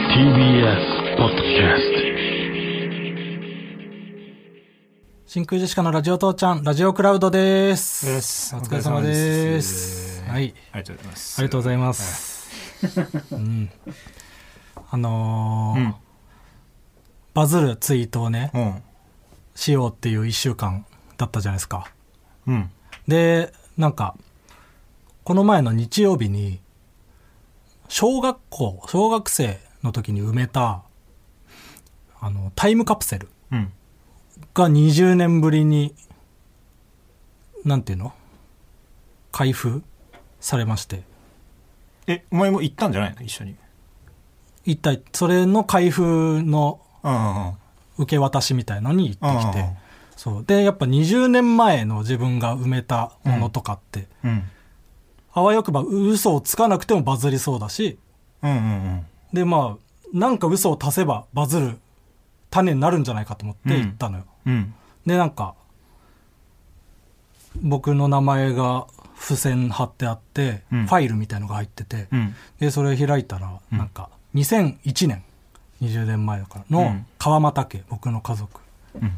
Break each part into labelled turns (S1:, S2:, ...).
S1: TBS ポッドキャス
S2: 真空ジェシカのラジオ父ちゃん、ラジオクラウドです。
S3: です
S2: お疲れ様です。
S3: お疲れ様です
S2: はい。
S3: ありがとうございます。
S2: ありがとうございます。 うん。あのー
S3: うん
S2: バズるツイートをね、
S3: うん。
S2: しようっていう一週間だったじゃないですか。
S3: うん。
S2: で、なんか、この前の日曜日に、小学校、小学生の時に埋めた、あの、タイムカプセル。
S3: うん。
S2: が20年ぶりに、なんていうの開封されまして。
S3: え、お前も行ったんじゃないの一緒に。
S2: 一体、それの開封の
S3: うんうんうん。
S2: 受け渡しみたいのに行ってき
S3: うん
S2: て
S3: うんうん。
S2: そう。で、やっぱ20年前の自分が埋めたものとかって、
S3: うん。
S2: あわよくば嘘をつかなくてもバズりそうだし、
S3: うんうんうん。
S2: で、まあ、なんか嘘を足せばバズる種になるんじゃないかと思って行ったのよ。
S3: うん。
S2: でなんか僕の名前が付箋貼ってあって、
S3: うん
S2: ファイルみたいのが入ってて、
S3: うん。
S2: でそれ開いたら、
S3: うん
S2: なんか2001年20年前だから
S3: う
S2: の
S3: ん
S2: 川俣家、僕の家族
S3: うん。
S2: っ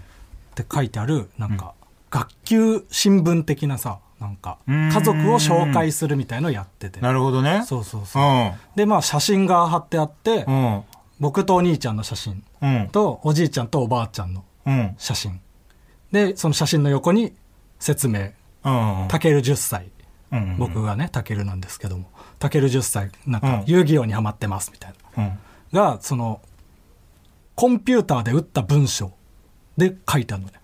S2: て書いてあるなんか、学級新聞的なさなんか
S3: うーん
S2: 家族を紹介するみたいのやってて
S3: なるほどね。
S2: そうそうそう
S3: う
S2: でまあ写真が貼ってあって、
S3: ん。うん。
S2: 僕とお兄ちゃんの写真
S3: うん。
S2: とおじいちゃんとおばあちゃんの
S3: うん。
S2: 写真でその写真の横に説明
S3: うん。
S2: たける10歳
S3: うん。
S2: 僕がねたけるなんですけどもたける10歳なん
S3: うん
S2: か遊戯王にはまってますみたい
S3: うん。
S2: ながそのコンピューターで打った文章で書いてあるのね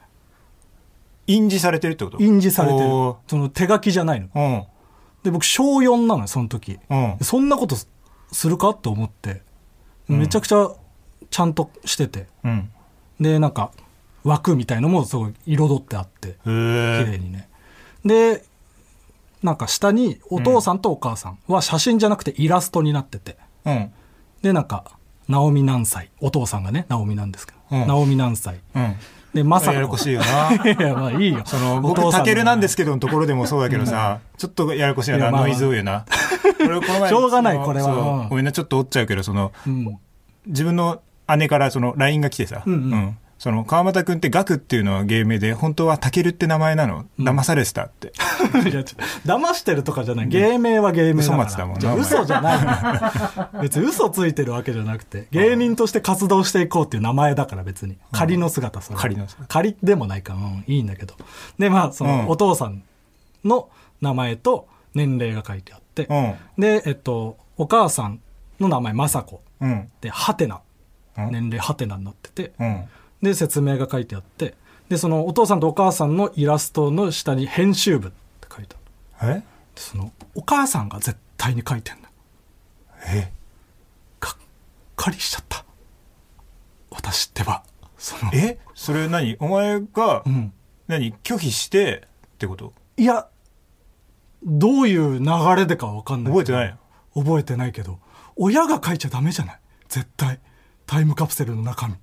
S3: 印字されてるってこと
S2: 印字されてる
S3: お
S2: その手書きじゃないの
S3: ーうん。
S2: で僕小4なのよその時
S3: うん。
S2: そんなことすするかと思ってめちゃくちゃちゃんとしてて
S3: うん。
S2: でなんか枠みたいのもすごい彩ってあって
S3: へ
S2: 綺
S3: え。
S2: 麗にねでなんか下にお父さんとお母さんは写真じゃなくてイラストになってて
S3: うん。
S2: でなんか直美何歳お父さんがね直美なんですけど、
S3: うん
S2: 直美何歳
S3: うん。
S2: でまさ
S3: ややこしいよ
S2: い
S3: な。
S2: やまあいいよ
S3: その、
S2: お父さ
S3: 僕、た
S2: の
S3: けるなんですけどのところでもそうだけどさ、ちょっとややこしいよ
S2: いや
S3: な、
S2: まあまあ
S3: ノイズ多いよな。俺この前
S2: しょうがない
S3: その
S2: これは
S3: そう
S2: うん
S3: ごめんな、ちょっと折っちゃうけど、その、
S2: うん
S3: 自分の姉からその LINE が来てさ、
S2: うんうん
S3: その川又君ってガクっていうのは芸名で本当はタケルって名前なの
S2: ん
S3: 騙されてた って、
S2: いやちょ騙してるとかじゃない芸名は芸名だから
S3: 嘘松だもんな
S2: じゃあ
S3: お前
S2: 嘘じゃないの別に嘘ついてるわけじゃなくて芸人として活動していこうっていう名前だから別に仮の姿それは
S3: 仮の姿
S2: 仮でもないから、うんいいんだけどでまあそ
S3: うん
S2: のお父さんの名前と年齢が書いてあって、
S3: うん
S2: でえっとお母さんの名前雅子
S3: うん
S2: でハテナ
S3: うん
S2: 年齢ハテナになってて
S3: うん
S2: で説明が書いてあってでそのお父さんとお母さんのイラストの下に編集部って書いてある
S3: え
S2: そのお母さんが絶対に書いてんだ
S3: え
S2: がっかりしちゃった私ではその
S3: えそれ何お前が、
S2: うん
S3: 何拒否してってこと
S2: いやどういう流れでかわかんない
S3: 覚えてないの
S2: 覚えてないけど親が書いちゃダメじゃない絶対タイムカプセルの中身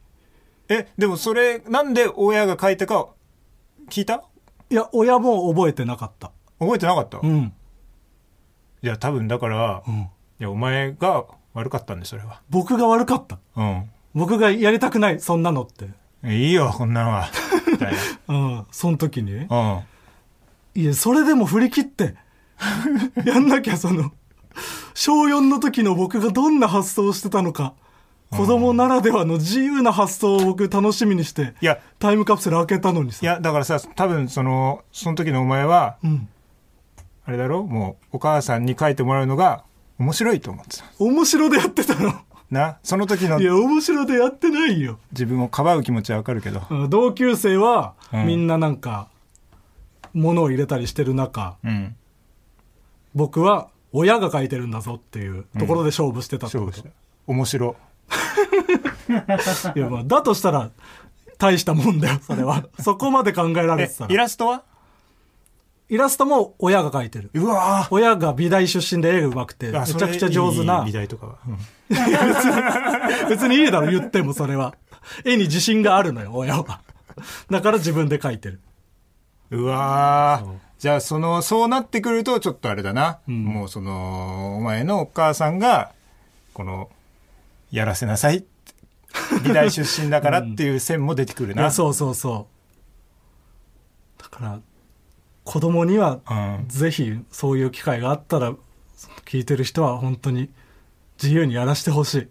S3: えでもそれなんで親が書いたか聞いた
S2: いや親も覚えてなかった
S3: 覚えてなかった、
S2: う
S3: い
S2: ん、
S3: や多分だから、
S2: う
S3: い
S2: ん、
S3: やお前が悪かったんでそれは
S2: 僕が悪かった
S3: うん
S2: 僕がやりたくないそんなのって
S3: いいよこんなの はみたい
S2: うんその時に
S3: なうん
S2: いやそれでも振り切って やんなきゃその小4の時の僕がどんな発想をしてたのか子供ならではの自由な発想を僕楽しみにして
S3: いや
S2: タイムカプセル開けたのにさ
S3: いやだからさ多分そのその時のお前は
S2: うん
S3: あれだろもうお母さんに書いてもらうのが面白いと思ってた
S2: 面白でやってたの
S3: なその時の
S2: いや面白でやってないよ
S3: 自分をかばう気持ちはわかるけど
S2: うん同級生は
S3: うん
S2: みんななんか物を入れたりしてる中
S3: うん
S2: 僕は親が書いてるんだぞっていうところで勝負してたって
S3: 勝
S2: こと
S3: 負した面白
S2: いやまあだとしたら大したもんだよそれはそこまで考えられ
S3: え
S2: てた
S3: イ
S2: ら
S3: ラストは
S2: イラストも親が描いてる
S3: うわ
S2: 親が美大出身で絵が上手くて
S3: ー
S2: め
S3: あ
S2: ち
S3: そ
S2: ゃ
S3: れ
S2: くちゃ上手
S3: いい
S2: な
S3: 美大とかは、うん
S2: 別にいいだろ言ってもそれは絵に自信があるのよ親はだから自分で描いてる
S3: うわーじゃあそのそうなってくるとちょっとあれだな、もうそのお前のお母さんがこのやらせなさいって美大出身だからっていう線も出てくる
S2: いや
S3: な、
S2: そうそうそうだから子供には
S3: うん、
S2: ぜひそういう機会があったら聞いてる人は本当に自由にやらしてほしい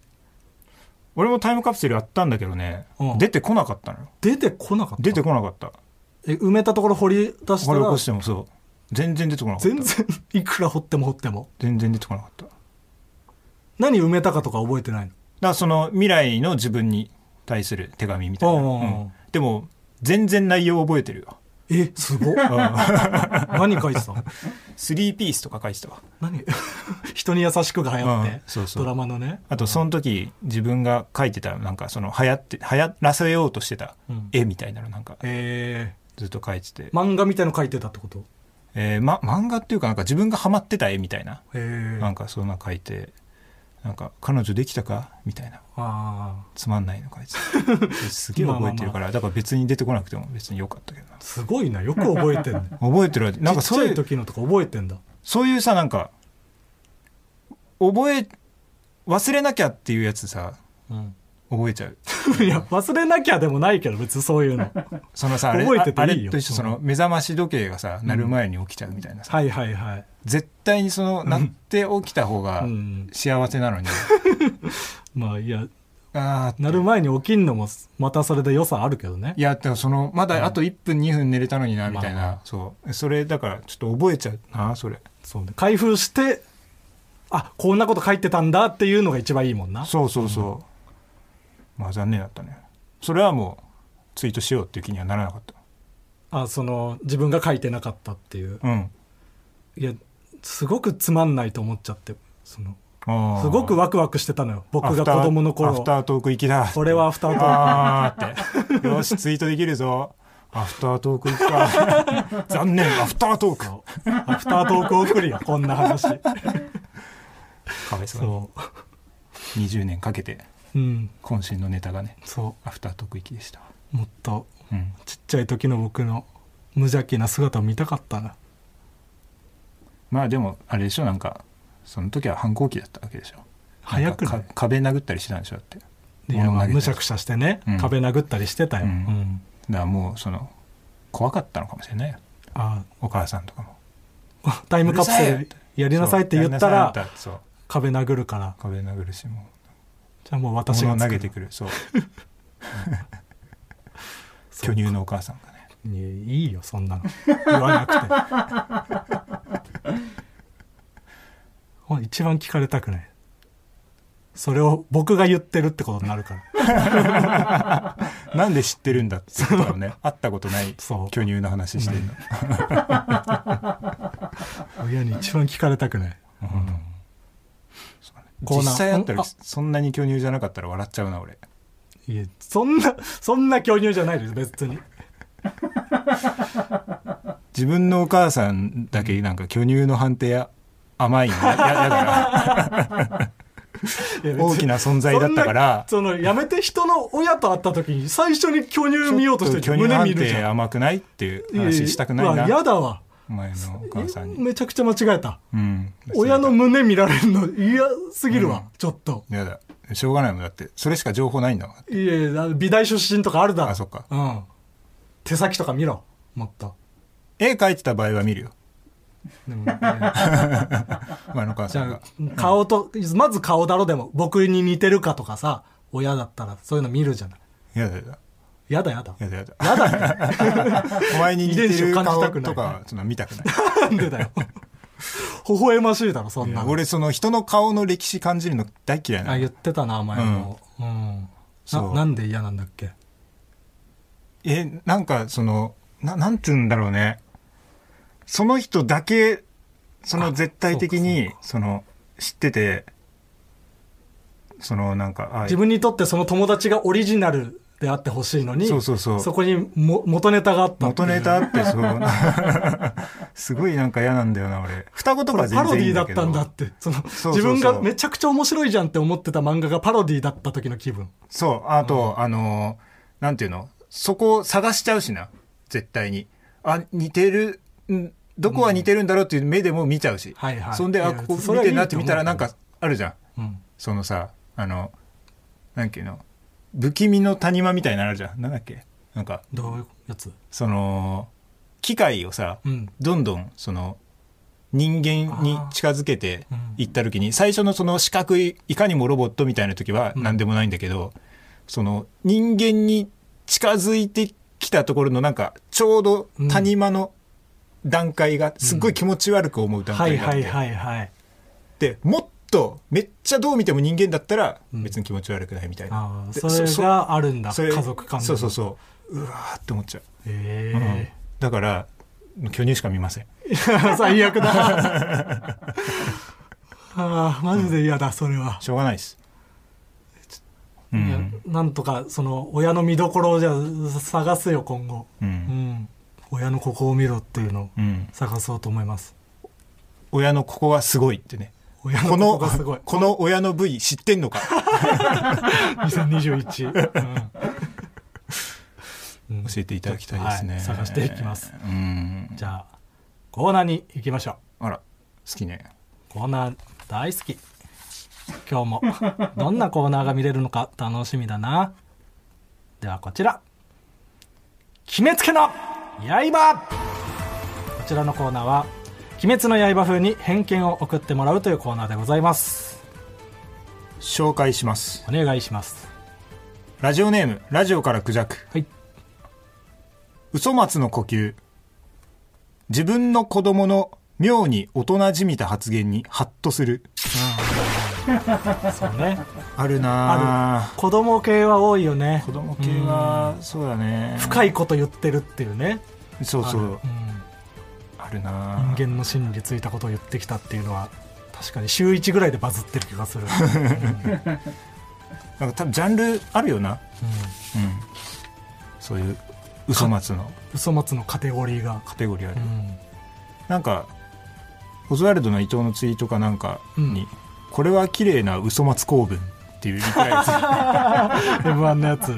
S3: 俺もタイムカプセルやったんだけどね、
S2: うん
S3: 出てこなかったのよ
S2: 出てこなかった
S3: 出てこなかった
S2: え埋めたところ掘り出した
S3: 掘り起
S2: ら
S3: こしてもそう全然出てこなかった
S2: 全然いくら掘っても掘っても
S3: 全然出てこなかっただか
S2: 何埋めたかとか覚えてないの
S3: らその未来の自分に対する手紙みたいな、
S2: うんうんうん
S3: うんでも全然内容覚えてるよ
S2: えすごっ 何書いてたの
S3: 3ピースとか書いてたわ
S2: 何 人に優しくが流行って、
S3: うんそうそう
S2: ドラマのね
S3: あとその時自分が書いてたなんかその流行って流行らせようとしてた
S2: うん
S3: 絵みたいなのなんか
S2: え
S3: ずっと書いてて、
S2: ー、漫画みたいの書いてたってこと
S3: えーま、漫画っていうかなんか自分がハマってた絵みたいな
S2: えー、
S3: なん
S2: あ
S3: かそんな書いてなんか彼女できたかみたいな
S2: あ
S3: つまんないの書 いてたすげえ覚えてるからだから別に出てこなくても別によかったけどな
S2: すごいなよく覚えてんね
S3: 覚えてるわ なんか
S2: ちっち
S3: そう
S2: ゃ
S3: い
S2: いう時のとか覚えてんだ
S3: そういうさなんか覚え忘れなきゃっていうやつさ
S2: うん、
S3: 覚えちゃう
S2: いや忘れなきゃでもないけど別にそういうの
S3: そのさあれ
S2: 覚えてて
S3: ああ
S2: いい
S3: れ
S2: よ
S3: と一緒その目覚まし時計がさ鳴る前に起きちゃうみたいなさ、
S2: はいはいはい
S3: 絶対にその鳴って起きた方が
S2: うん
S3: 幸せな のに、
S2: まあいや
S3: ああ
S2: なる前に起きんのもまたそれで良さあるけどね
S3: いやでもそのまだあと1分2分寝れたのになみたいな、
S2: まあま
S3: そうそれだからちょっと覚えちゃうなそれ
S2: そうね開封してあこんなこと書いてたんだっていうのが一番いいもんな
S3: そうそうそう、まあ残念だったねそれはもうツイートしようっていう気にはならなかっ
S2: あその自分が書いてなかったっていう
S3: たうん
S2: いやすごくつまんないと思っちゃってその
S3: あー
S2: すごくワクワクしてたのよ僕が
S3: アフター
S2: 子供の
S3: アフ
S2: 頃
S3: タートーク行きだ
S2: 俺はアフタートー
S3: あー ってよしツイートできるぞアフタートーク行く か残念アフタートーク
S2: クアフタートーク送りよこんな話
S3: かわいそう
S2: そ
S3: に20年かけて
S2: ううん
S3: 渾身のネタがね
S2: そ
S3: アフタートーク行きでした
S2: うもっと
S3: うん
S2: ちっちゃい時の僕の無邪気な姿を見たかったな
S3: まあでもあれでしょなんかその時は反抗期だったわけでしょ
S2: 早く
S3: な
S2: なんい
S3: かか壁殴ったりしてたんでしょだって
S2: いや
S3: 物
S2: まあ
S3: 投げたり
S2: むしゃくしゃしてね、
S3: うん
S2: 壁殴ったりしてたよ、
S3: う
S2: うんん
S3: だからもうその怖かったのかもしれないよ
S2: あ
S3: お母さんとかも
S2: あ タイムカプセ
S3: うる
S2: ル
S3: さ
S2: やりなさいって言った
S3: やりな
S2: ら
S3: さいって言ったらそう
S2: 壁殴るから
S3: 壁殴るしも
S2: じゃあもう
S3: う
S2: 私
S3: 物
S2: が
S3: を投げて
S2: る
S3: くる そう
S2: そ
S3: 巨
S2: う
S3: 乳のお母さんがね
S2: いやいいよそんなの言わなくてほん 一番聞かれたくないそれを僕が言ってるってことになるから
S3: なんで知ってるんだって言ったの ね会ったことない
S2: そう
S3: 巨乳の話してるの、
S2: 親に一番聞かれたくない
S3: うんそうね
S2: コーナー
S3: 実際会ったら
S2: あ
S3: そんなに巨乳じゃなかったら笑っちゃうな俺
S2: いやそんなそんな巨乳じゃないです別に
S3: 自分のお母さんだけなんか巨乳の判定や甘い のややだから
S2: いや別に
S3: 大きな存在だったから
S2: そんなそのやめて人の親と会った時に最初に巨乳見ようとして
S3: ちょ
S2: る
S3: っと巨乳
S2: 胸
S3: 判
S2: 見るじ
S3: 定
S2: ゃん
S3: 甘くないっていう
S2: いやいや
S3: 話したくないう
S2: わ
S3: な
S2: やだわ
S3: お前のお母さんに、
S2: めちゃくちゃ間違えた
S3: うん、
S2: 親の胸見られるの嫌すぎるわ、
S3: うん
S2: ちょっと
S3: やだしょうがないもんだってそれしか情報ないんだもん
S2: いやいや美大出身とかあるだろ
S3: あそっか
S2: うん手先とか見ろもっと
S3: 絵描いてた場合は見るよ
S2: でもいや
S3: お前のお母
S2: じ
S3: さん
S2: ゃ
S3: が
S2: あ顔とまず顔だろでも僕に似てるかとかさ親だったらそういうの見るじゃない
S3: やだやだ
S2: やだやだ
S3: やだやだ
S2: やだって
S3: お前に似て
S2: 遺伝子
S3: る
S2: を感じ
S3: 顔
S2: たくない
S3: とかはそんな見たくない
S2: なんでだ よ。微笑ましいだろ、そん
S3: い
S2: な
S3: や
S2: の。
S3: 俺その人の顔の歴史感じるの大嫌いな
S2: あ、
S3: の
S2: 言ってたな、お前も。うん。
S3: そ
S2: な
S3: う
S2: なんで嫌なんだっけ
S3: えなんかそのななんて言うんだろうねその人だけその絶対的にその知っててそのなんかあ
S2: 自分にとってその友達がオリジナルであってほしいのに、
S3: そうそうそう
S2: こにも元ネタがあったってい
S3: 元
S2: う
S3: ネタあってそう すごいなんか嫌なんだよな俺双子と
S2: こ
S3: か
S2: れパ
S3: 全
S2: ロデ
S3: 然い
S2: ィーだ
S3: いん
S2: っ
S3: だけ
S2: た
S3: ど
S2: んだって。その、
S3: そうそう
S2: 自分がめちゃくちゃ面白いじゃんって思ってた漫画がパロディーだった時の気分。
S3: そうあと、あのなんていうのそこを探しちゃうしな絶対にあ似てるんどこは似てるんだろうっていう目でも見ちゃうし、
S2: はいはい
S3: そんで
S2: いや
S3: あここ
S2: そ
S3: 見
S2: れは
S3: て
S2: いい
S3: るなって見たらなんかあるじゃん
S2: うん。
S3: そのさあのなんていうの不気味の谷間みたいなのあるじゃんなんだっけなんか
S2: どういうやつ
S3: その機械をさ、
S2: うん
S3: どんどんその人間に近づけていった時に、最初のその四角いいかにもロボットみたいな時は
S2: うん
S3: 何でもないんだけど、その人間に近づいてきたところのなんかちょうど谷間の段階がすっごい気持ち悪く思う段
S2: はい
S3: 階があっ
S2: はいは
S3: て、
S2: いはい
S3: でもっとめっちゃどう見ても人間だったら別に気持ち悪くないみたいな、
S2: ああ
S3: で
S2: それがあるんだ
S3: それ
S2: 家族間
S3: そうそう
S2: う
S3: そううわーって思っちゃう、うん
S2: え
S3: だから巨乳しか見ません
S2: え最悪だあ あマジで嫌だそれは、
S3: しょうがないですう
S2: いや
S3: ん
S2: なんとかその親の見どころをじゃあ探すよ今後
S3: う
S2: うんん親のここを見ろっていうのを
S3: うん
S2: 探そうと思います
S3: 親のここがすごいってね
S2: 親
S3: こ
S2: のこ
S3: の
S2: こがすごい
S3: この親の部位知ってんのか
S2: 2021、うんうん
S3: 教えていただきたいですね、
S2: はい探していきます
S3: うん
S2: じゃあコーナーに行きましょう
S3: あら好きね
S2: コーナー大好き今日もどんなコーナーが見れるのか楽しみだなではこちら「鬼滅家の刃」こちらのコーナーは「鬼滅の刃」風に偏見を送ってもらうというコーナーでございます
S3: 紹介します
S2: お願いします
S3: ラジオネームラジオからクジャク
S2: はい
S3: 嘘松の呼吸自分の子供の妙に大人じみた発言にハッとする
S2: そうね
S3: あるなあ
S2: 子供系は多いよね
S3: 子供系はそうだね
S2: 深いこと言ってるっていうね
S3: そうそ
S2: あの
S3: うんあるなあ
S2: 人間の心理ついたことを言ってきたっていうのは確かに週1ぐらいでバズってる気がする、うん
S3: なんか多分ジャンルあるよなうんそういう嘘松の
S2: 嘘松のカテゴリーが、
S3: カテゴリーあ
S2: う
S3: る、
S2: ん、
S3: なんかオズワルドの伊藤のツイートかなんかに、
S2: うん
S3: これは綺麗な嘘松構文っていう理 解
S2: M1 のやつ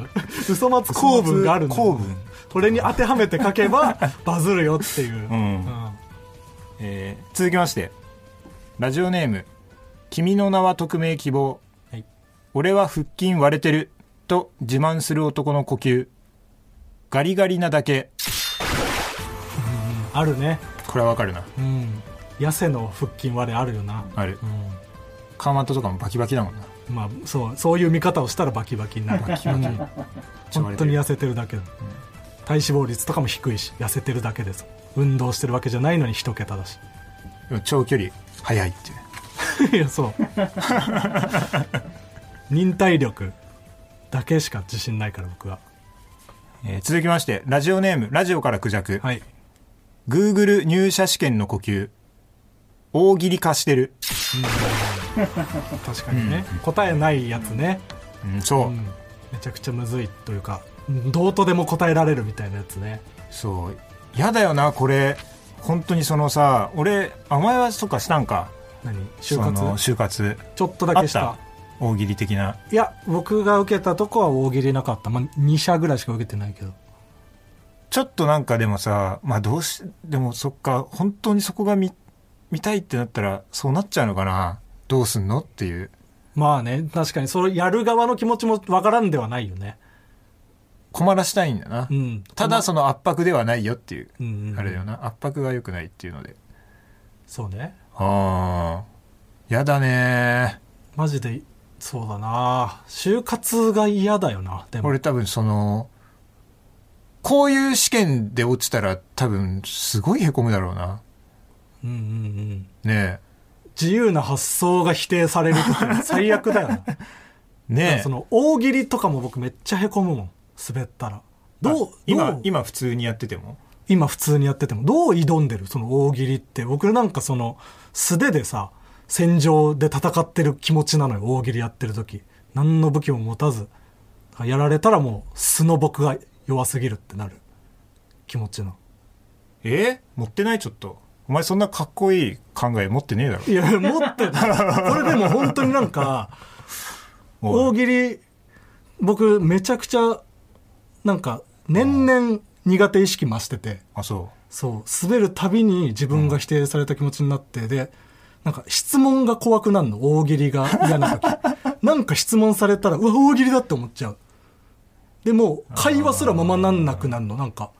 S2: 嘘松構文があるんだ
S3: 構文
S2: これに当てはめて書けばバズるよっていう、
S3: うん
S2: うん
S3: えー続きましてラジオネーム「君の名は匿名希望」
S2: はい
S3: 俺は腹筋割れてる」と自慢する男の呼吸ガリガリなだけ
S2: あるね、
S3: これはわかるな
S2: うん、痩せの腹筋割れあるよな、
S3: ある
S2: う、
S3: カーマットとかもバキバキだもんなん
S2: まあそうそういう見方をしたらバキバキになる
S3: バキバキ
S2: うん本当に痩せてるだけ、体脂肪率とかも低いし痩せてるだけです運動してるわけじゃないのに一桁だし
S3: でも長距離速いっていうね
S2: いやそう忍耐力だけしか自信ないから僕は
S3: えー続きましてラジオネームラジオからクジャク、
S2: はい
S3: Google 入社試験の呼吸大喜利化してる、
S2: 確かにね、答えないやつね、
S3: うん、そう、
S2: うんめちゃくちゃむずいというかどうとでも答えられるみたいなやつね
S3: そうやだよなこれ本当にそのさ俺お前はそっかしたんか
S2: 何就
S3: その
S2: 活
S3: 就活
S2: ちょっとだけし
S3: あった大喜利的ない
S2: や僕が受けたとこは大喜利なかった、まあ、2社ぐらいしか受けてないけど
S3: ちょっとなんかでもさまあどうしでもそっか本当にそこが見見たいってなったらそうなっちゃうのかなどうすんのっていう
S2: まあね、確かに、それやる側の気持ちもわからんではないよね。
S3: 困らしたいんだな、
S2: うん。
S3: ただその圧迫ではないよっていう、
S2: うん、うん。
S3: あれだよな圧迫が良くないっていうので
S2: そうね。
S3: ああやだね
S2: マジで、そうだな就活が嫌だよな、でも。
S3: 俺多分そのこういう試験で落ちたら多分すごいへこむだろうな
S2: うんうんうん。
S3: ね
S2: 自由な発想が否定される って最悪だよな。
S3: えねえ
S2: その、大喜利とかも僕めっちゃへこむもん。滑ったら。どう
S3: あ、今
S2: どう
S3: 今普通にやってても
S2: 今普通にやってても、どう挑んでるその大喜利って。僕なんかその、素手でさ、戦場で戦ってる気持ちなのよ、大喜利やってる時。何の武器も持たず。やられたらもう、素の僕が弱すぎるってなる。気持ちの。
S3: え持ってないちょっとお前そんなかっこいい考え持ってねえだろ
S2: いや、持ってない。これでも本当になんか、
S3: お
S2: 大
S3: い
S2: 喜利、僕めちゃくちゃ、なんか、年々苦手意識増してて。
S3: あそ
S2: そう滑るたびに自分が否定された気持ちになって、でなんか質問が怖くなるの大喜利が嫌な 時なんか質問されたらうわ大喜利だって思っちゃうでもう会話すらままなんなくなるのなんか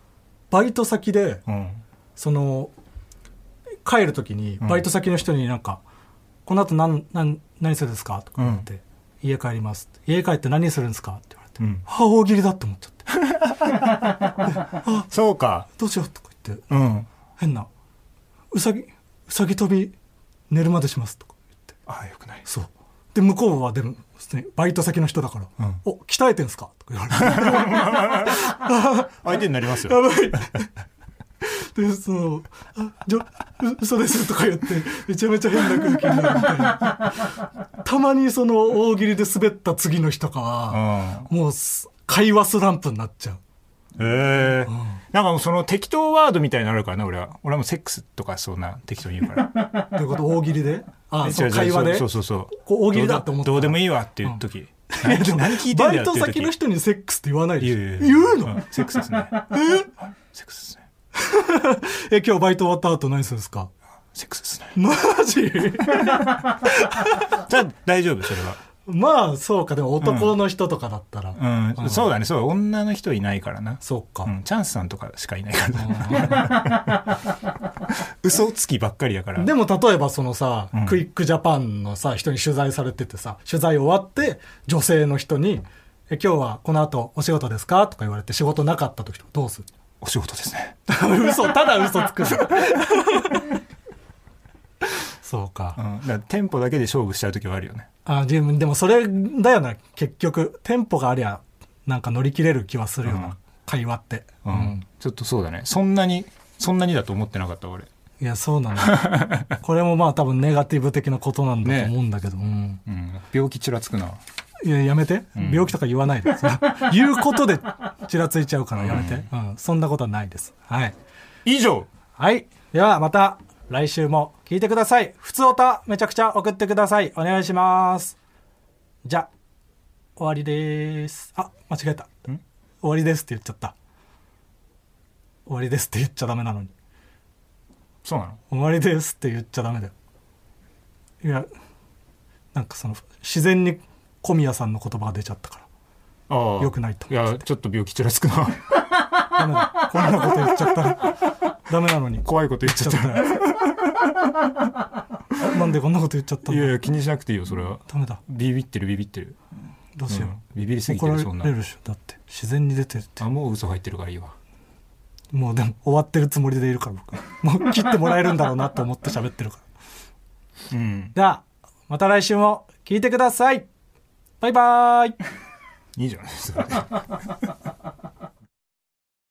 S2: バイト先で
S3: うん。
S2: その帰る時にバイト先の人になんか「この後何何何するんですか?」とか言って、家帰ります」って「家帰って何するんですか?」って言われて「
S3: うん
S2: あ大喜利だ」って思っちゃって
S3: そうか。
S2: 「どうしよう」とか言って
S3: うん。
S2: 変な「うさぎうさぎ跳び寝るまでします」とか言って
S3: ああ、よくない。
S2: そうで向こうはでも普通にバイト先の人だから「
S3: うん
S2: お鍛えてんすか?」とか言われて
S3: 相手になります
S2: や
S3: よ。
S2: ばい でその「あじゃう嘘です」とか言ってめちゃめちゃ変な空気になるみたいなたまにその大喜利で滑った次の日とか
S3: う
S2: は、
S3: ん。
S2: もうす会話スランプになっちゃう
S3: へえなんかもうその適当ワードみたいになるからな、俺は。俺はもうセックスとかそんな適当に言うから。
S2: ということ大喜利で あ
S3: え
S2: そう
S3: 違う違う
S2: 会話で
S3: そうそうそう。
S2: こう大喜利だって思った
S3: どうでもいいわっていう時。
S2: いやで も
S3: 何聞いて
S2: バ
S3: んだ
S2: イ
S3: よって
S2: ト
S3: いう時。
S2: 先の人にセックスって言わないでしょ
S3: 言う
S2: 言うの、
S3: んセックスですね。セックスですね。
S2: え今日バイト終わった後何するんですか
S3: セックスですね。
S2: マジ
S3: じゃあ大丈夫、それは。
S2: まあそうかでも男の人とかだったら、
S3: うん、そうだね、そう、女の人いないからな。
S2: そうか、
S3: うん、チャンスさんとかしかいないからな。 嘘つきばっかりやから。
S2: でも例えばそのさ、
S3: うん
S2: クイックジャパンのさ人に取材されててさ取材終わって女性の人に「え今日はこの後お仕事ですか?」とか言われて仕事なかった時とかどうする
S3: お仕事ですね。
S2: 嘘ただ嘘つく そう
S3: う
S2: か、
S3: ん、だからテンポだけで勝負しちゃう時はあるよね。
S2: あでもでもそれだよな結局テンポがありゃなんか乗り切れる気はするよな、
S3: うん
S2: 会話って、
S3: う
S2: うん
S3: ん、ちょっとそうだね。そんなに、そんなにだと思ってなかった、俺。
S2: いや、そう なの。これもまあ多分ネガティブ的なことなんだと思うんだけど、
S3: うん、病気ちらつくな。
S2: うん。いや、やめて。
S3: ん
S2: 病気とか言わないです。 言うことでちらついちゃうからやめて。うん。そんなことはないです。はい。
S3: 以上
S2: はい。ではまた来週も聞いてください。普通おためちゃくちゃ送ってください。お願いします。じゃ、終わりです。あ、間違えた。終わりですって言っちゃった。終わりですって言っちゃダメなのに。
S3: そうなの
S2: 終わりですって言っちゃダメだよいやなんかその自然に小宮さんの言葉が出ちゃったか
S3: ああ。
S2: 良くないと
S3: いや、ちょっと病気ちらつくな。
S2: らダメだこんなこと言っちゃったらダメなのに
S3: 怖いこと言っちゃ
S2: 言
S3: っ
S2: っちゃ
S3: た。
S2: ったよなんでこんなこと言っちゃった
S3: い
S2: ん
S3: やい
S2: だ
S3: や、気にしなくていいよ、それは。
S2: ダメだ
S3: ビビってる、ビビってる。
S2: どうしよう、
S3: うんビビりすぎて
S2: 怒ら
S3: る、そんな
S2: れ。るでしょだって自然に出てるって
S3: あ、もう嘘入ってるからいいわ。
S2: もうでも終わってるつもりでいるから僕もう切ってもらえるんだろうなと思って喋ってるから
S3: うん。
S2: ではまた来週も聞いてくださいバイバーイ
S3: いいじゃないですか。